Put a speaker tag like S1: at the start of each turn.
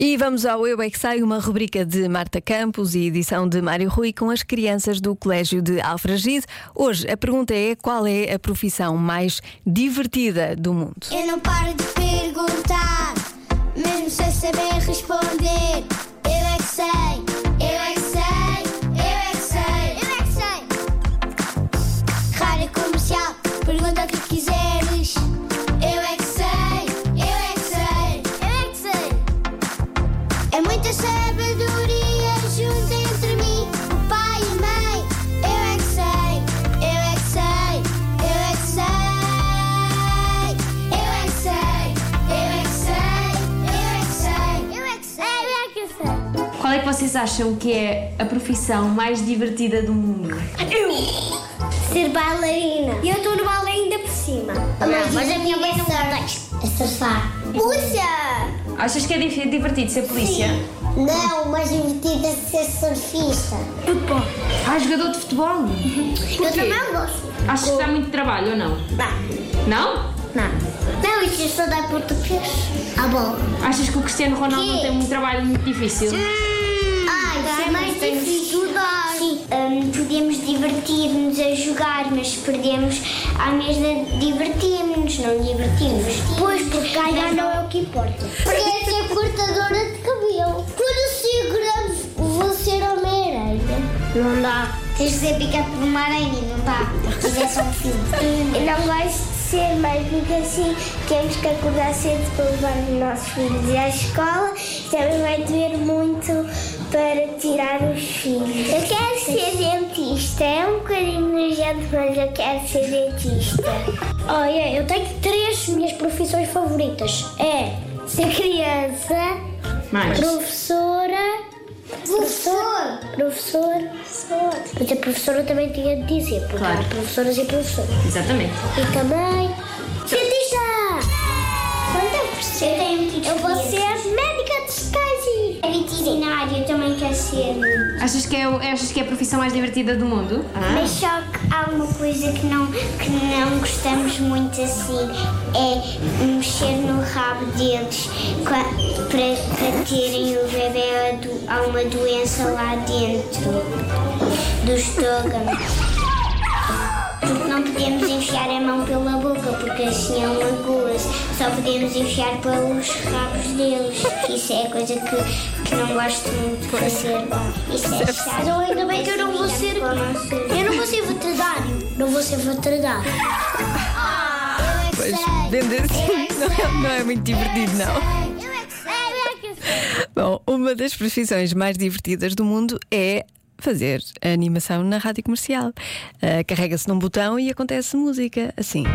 S1: E vamos ao Eu é que Sei, uma rubrica de Marta Campos e edição de Mário Rui com as crianças do Colégio de Alfragide. Hoje a pergunta é qual é a profissão mais divertida do mundo?
S2: Eu não paro de perguntar, mesmo sem saber responder. Eu é que sei, eu é que sei, eu é que sei, eu é que sei. Rádio comercial, pergunta o que quiseres. Eu é que sei, eu é que sei, eu é que sei. É muita sabedoria junto entre mim, o pai e a mãe. Eu é que sei, eu é que sei, eu é que sei. Eu é que sei, eu é que sei, eu é que sei. Eu é que sei, eu é que sei.
S3: Qual é que vocês acham que é a profissão mais divertida do mundo?
S2: Ser bailarina. E eu estou no balé ainda por cima. mas, a minha mãe não deixa. É surfar. Puxa!
S3: Achas que é dif- divertido ser polícia?
S2: Não, mas divertido é ser surfista. Futebol.
S3: Ah, jogador de futebol?
S2: Eu também gosto.
S3: Achas que dá muito trabalho ou não?
S2: Não.
S3: Não?
S2: Não. Não, isso só dá português. Ah, A bola.
S3: Achas que o Cristiano Ronaldo
S2: Sim.
S3: tem um trabalho muito difícil?
S2: Ai, isso é mais difícil. Estudar. Sim, podemos divertir-nos a jogar, mas perdemos à mesma divertimos, não divertimos. Pois, porque ganhar não é o que importa. Queria é ser cortadora de cabelo. Quando ser grande, vou ser Homem-Aranha. Não dá. Tens de ser picado por uma aranha, não dá. Porque é só um filho. Eu não gosto de ser mãe, porque assim temos que acordar cedo para levar os nossos filhos à escola. Também vai doer muito para tirar os filhos. Eu quero ser dentista. É um bocadinho nojento, mas eu quero ser dentista. Olha, eu tenho três minhas profissões favoritas. É ser criança,
S3: Mais.
S2: Professora. Professor. Professor. Mas a professora também tinha de dizer, porque
S3: Claro.
S2: há professoras e professores.
S3: Exatamente.
S2: E também. Cientista! Quanto eu tenho Eu vou ser médica de estágio. É veterinário, eu também quero ser.
S3: Achas que é, o- achas que é a profissão mais divertida do mundo? Ah?
S2: Mas só que há uma coisa que não, que não gostamos muito assim, é mexer no rabo deles qua- para, para terem o bebê a, do- a uma doença lá dentro do estômago. Porque não podemos enfiar a mão pela boca, porque assim é uma gula. Só podemos enfiar pelos rabos deles. Isso é coisa que, que não gosto muito de fazer. Isso é chato. Mas ainda bem que eu não vou ser. Eu não vou ser veterinário. Não vou ser veterinário. Ah, eu é que
S1: Pois,
S2: sei.
S1: vendo assim,
S2: Eu é que
S1: não é-
S2: sei.
S1: não é muito divertido, não.
S2: Eu é que sei. Eu é que sei. Eu é que sei.
S1: Bom, uma das profissões mais divertidas do mundo é fazer a animação na rádio comercial. Ah, Carrega-se num botão e acontece música, assim.